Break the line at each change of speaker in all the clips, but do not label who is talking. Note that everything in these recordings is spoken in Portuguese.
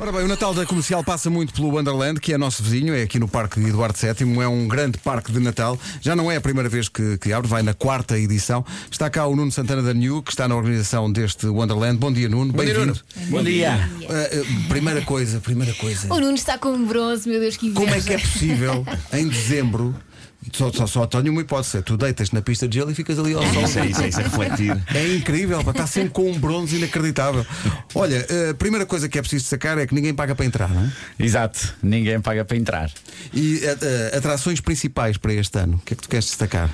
Ora bem, o Natal da Comercial passa muito pelo Wonderland, que é nosso vizinho, é aqui no Parque de Eduardo VII, é um grande parque de Natal. Já não é a primeira vez que, que abre, vai na quarta edição. Está cá o Nuno Santana da New, que está na organização deste Wonderland. Bom dia, Nuno. Bem-vindo.
Bom dia.
Ah, ah, primeira coisa, primeira coisa.
O Nuno está com um bronze, meu Deus, que inveja.
Como é que é possível, em dezembro, só, só, só tenho uma hipótese: é tu deitas na pista de gelo e ficas ali ao sol.
Isso é isso, é isso, é refletir.
É incrível, pá, está sempre com um bronze inacreditável. Olha, a primeira coisa que é preciso sacar é que ninguém paga para entrar, não é?
Exato, ninguém paga para entrar.
E a- a- atrações principais para este ano, o que é que tu queres destacar?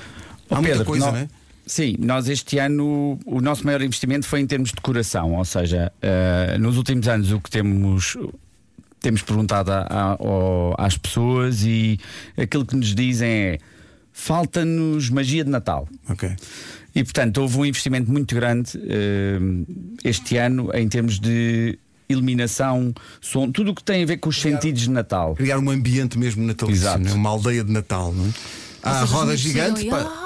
Ó,
Há muita
Oh, Pedro,
coisa,
nó-
não é?
Sim, nós este ano o nosso maior investimento foi em termos de decoração, ou seja, eh, nos últimos anos o que temos temos perguntado a- a- ao- às pessoas e aquilo que nos dizem é falta-nos magia de Natal.
Ok.
E portanto houve um investimento muito grande eh, este ano em termos de iluminação, som, tudo o que tem a ver com os sentidos de Natal.
Criar um ambiente mesmo natalício,
Exato.
não é? uma aldeia de Natal, não é? Há a
Vocês
roda
não
gigante.
precisam,
pá-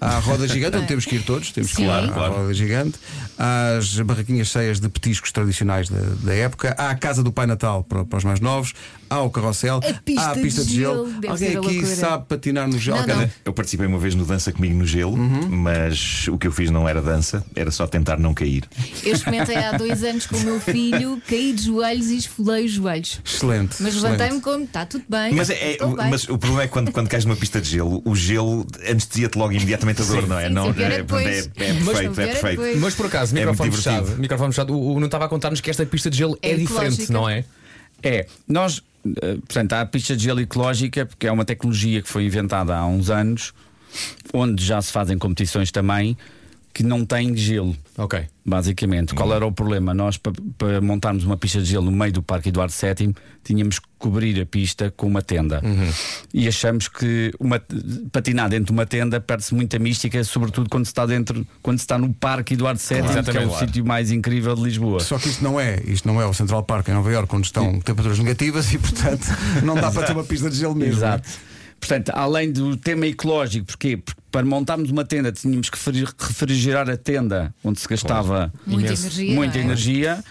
Há a roda gigante onde temos que ir todos, temos que ir
Sim.
lá
Claro,
à roda gigante. Há as barraquinhas cheias de petiscos tradicionais da, da época. Há a casa do Pai Natal para, para os mais novos. Há o carrossel.
A pista
há a
de
pista de gelo.
gelo, deve
Alguém
ser a
aqui
loucura.
sabe patinar no gelo? né?
Não,
Alguém-
não.
Né? Eu participei uma vez no Dança Comigo no Gelo, mas o que eu fiz não era dança, era só tentar não cair.
Eu experimentei há dois anos com o meu filho, caí de joelhos e esfolei os joelhos.
Excelente.
Mas
excelente.
levantei-me como, está tudo bem.
Mas, é- é-
estou bem.
mas o problema é quando, quando cais numa pista de gelo, o gelo anestesia-te logo imediatamente a dor, não é?
sim,
não,
sim, pior é
é,
depois.
é- é
Mas
perfeito,
pior
é
é
perfeito.
depois.
Mas por acaso,
É muito
microfone
divertido.
fechado. Microfone fechado. O, o não estava a contar-nos que esta pista de gelo é,
É
diferente,
ecológica.
não é?
É, nós, eh, portanto, há a pista de gelo ecológica, porque é uma tecnologia que foi inventada há uns anos, onde já se fazem competições também que não têm gelo.
Ok.
Basicamente, qual era o problema? Nós, para montarmos uma pista de gelo no meio do Parque Eduardo VII, tínhamos que cobrir a pista com uma tenda. E achamos que uma, patinar dentro de uma tenda perde-se muita mística, sobretudo quando se está dentro, quando se está no Parque Eduardo VII, que é o
Exatamente, claro.
sítio mais incrível de Lisboa.
Só que isto não é, isto não é o Central Park em Nova Iorque, onde estão temperaturas negativas e, portanto, não dá para ter uma pista de gelo mesmo. né? é?
Exato. Portanto, além do tema ecológico, porquê? Porque para montarmos uma tenda tínhamos que refri- refrigerar a tenda onde se gastava
Muita energia,
muita
não é?
energia.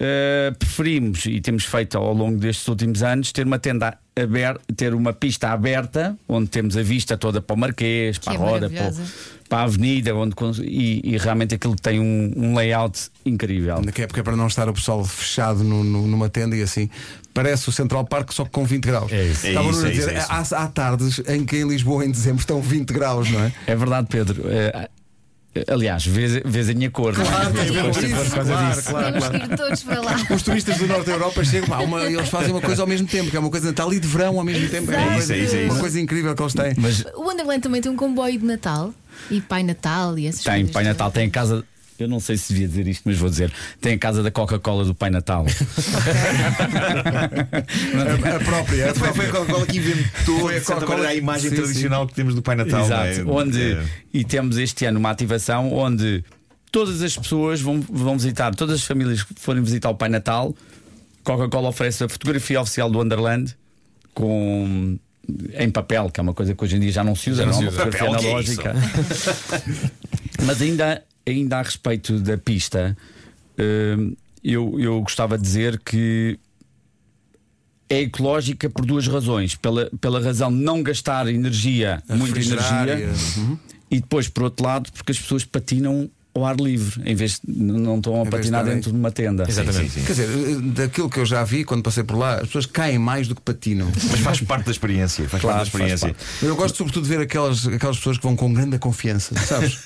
Uh, preferimos e temos feito ao longo destes últimos anos ter uma tenda aberta, ter uma pista aberta onde temos a vista toda para o Marquês, para a
é
roda, para, o-
maravilhosa.
para a avenida, onde cons- e, e realmente aquilo tem um, um layout incrível.
Naquela época, para não estar o pessoal fechado no- no- numa tenda e assim, parece o Central Park só que com 20 graus.
É isso.
É
Estava
isso,
a
é isso,
dizer,
é isso.
Há, há tardes em que em Lisboa, em dezembro, estão 20 graus, não é?
É verdade, Pedro. Uh, aliás, vês, vês a minha cor. não é?
tem a ver com
Por causa
isso, claro,
disso.
claro,
Temos
claro.
que ir todos para lá.
Os turistas do Norte da Europa chegam, pá, uma- eles fazem uma coisa ao mesmo tempo, que é uma coisa de Natal e de verão ao mesmo tempo. uma
Exato.
É isso, é isso, é
coisa- Uma
isso.
coisa incrível que eles têm.
Mas
O Wonderland também tem um comboio de Natal e Pai Natal e essas
Tem,
coisas.
Pai Natal tem a casa. Eu não sei se devia dizer isto, mas vou dizer. Tem a casa da Coca-Cola do Pai Natal.
A, a própria. A
Então, Foi, foi
própria.
a Coca-Cola que inventou
Foi a
de certa
Coca-Cola
maneira, a
que-
imagem
sim, sim.
tradicional que temos do Pai Natal.
Exato.
não é?
onde,
É.
E temos este ano uma ativação onde todas as pessoas vão, vão visitar, todas as famílias que forem visitar o Pai Natal, Coca-Cola oferece a fotografia oficial do Wonderland com. Em papel, que é uma coisa que hoje em dia já não se usa,
Já não
não,
se
é uma
usa.
fotografia
Papel, o que é isso?
analógica. Mas ainda, ainda a respeito da pista, hum, eu, eu gostava de dizer que é ecológica por duas razões. Pela, pela razão de não gastar energia, muita
refrigerar e
energia,
a-
e depois, por outro lado, porque as pessoas patinam ao ar livre, em vez de n- não estão a
vez de
patinar
estarem-
dentro de uma tenda.
Exatamente.
Sim, sim.
Quer dizer, eh, daquilo que eu já vi quando passei por lá, as pessoas caem mais do que patinam.
Mas faz parte da experiência. Faz
Claro,
parte da experiência.
faz
Eu gosto sobretudo de ver aquelas, aquelas pessoas que vão com grande confiança, sabes?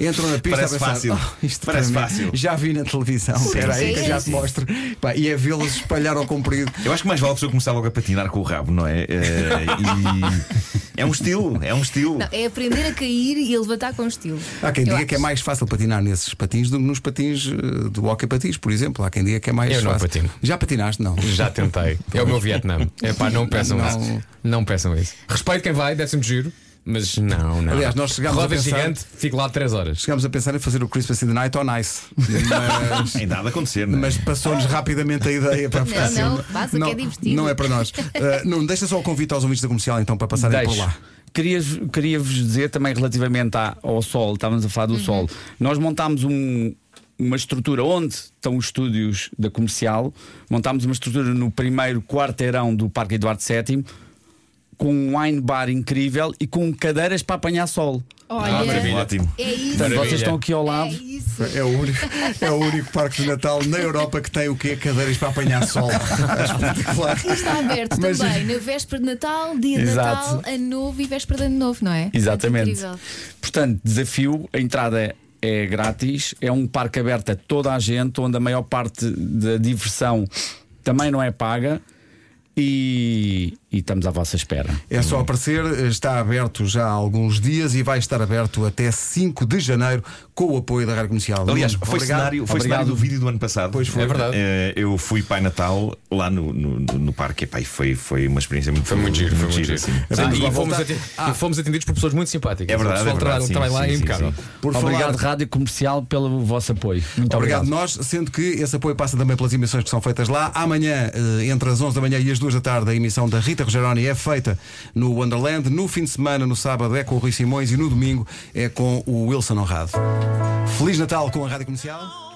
Entram na pista
Parece
a pensar,
fácil.
"Oh, isto para
Parece
mim,
fácil."
Já vi na televisão, espera aí
sim,
que eu já te
sim.
mostro. Pá, e é vê-los espalhar ao comprido.
Eu acho que mais vale a pessoa começar logo a patinar com o rabo, não é? Eh, e- É um estilo, é um estilo.
Não, é aprender a cair e a levantar com estilo.
Há quem
Eu
diga
acho.
que é mais fácil patinar nesses patins do que nos patins eh, do hockey patins, por exemplo. Há quem diga que é mais
Eu não
fácil.
patino.
Já patinaste? Não.
Já tentei. É o meu Vietnã. É pá, não peçam
Não.
isso. Não peçam isso. Respeito quem vai, décimo giro, mas não, não.
Aliás, nós chegámos a
Roda
pensar-
gigante, fico lá 3 horas.
Chegámos a pensar em fazer o Christmas in the Night on Ice. Mas...
Ainda há de acontecer, não é?
Mas passou-nos rapidamente a ideia para
Não, não, faz o que é divertido.
Não é para nós. Uh, Nuno, deixa só o convite aos ouvintes da comercial então para passarem por
Deixo.
lá.
Queria, queria vos dizer também relativamente à- ao sol, estávamos a falar do sol. Nós montámos um, uma estrutura onde estão os estúdios da comercial. Montámos uma estrutura no primeiro quarteirão do Parque Eduardo VII com um wine bar incrível e com cadeiras para apanhar sol.
Olha,
Ah,
Ah, maravilha. Ótimo.
é isso.
Portanto,
Então,
Maravilha.
vocês estão aqui ao
É
lado.
isso.
É o, único, é o único parque de Natal na Europa que tem o quê? Cadeiras para apanhar sol. É espetacular.
Está aberto
Mas-
também né? na véspera de Natal, dia de
Exato.
Natal, ano novo e véspera de ano novo, não é?
Exatamente.
Incrível.
Portanto, desafio, a entrada é grátis, é um parque aberto a toda a gente, onde a maior parte da diversão também não é paga e, e estamos à vossa espera.
É só aparecer, está aberto já há alguns dias e vai estar aberto até 5 de janeiro com o apoio da Rádio Comercial.
Aliás,
Nuno,
foi,
obrigado.
cenário, foi
Obrigado.
cenário do vídeo do ano passado.
Pois foi.
É verdade.
Eh, eu fui Pai Natal lá no, no, no- no parque. Epá, e foi, foi uma experiência muito
Foi muito giro, foi muito giro.
assim.
Ah,
Vamos lá
e, fomos
voltar.
aten- e fomos atendidos por pessoas muito simpáticas.
É verdade,
O pessoal
é verdade, sim,
trabalha- trabalha lá
sim,
é
sim,
impecável.
sim.
Por
obrigado,
falar-
Rádio Comercial, pelo vosso apoio. Muito
Obrigado,
obrigado.
nós, sendo que esse apoio passa também pelas emissões que são feitas lá. Amanhã, eh, entre as 11 da manhã e as 2 da tarde, a emissão da Rita Rogeroni é feita no Wonderland. No fim de semana, no sábado, é com o Rui Simões e no domingo é com o Wilson Honrado. Feliz Natal com a Rádio Comercial.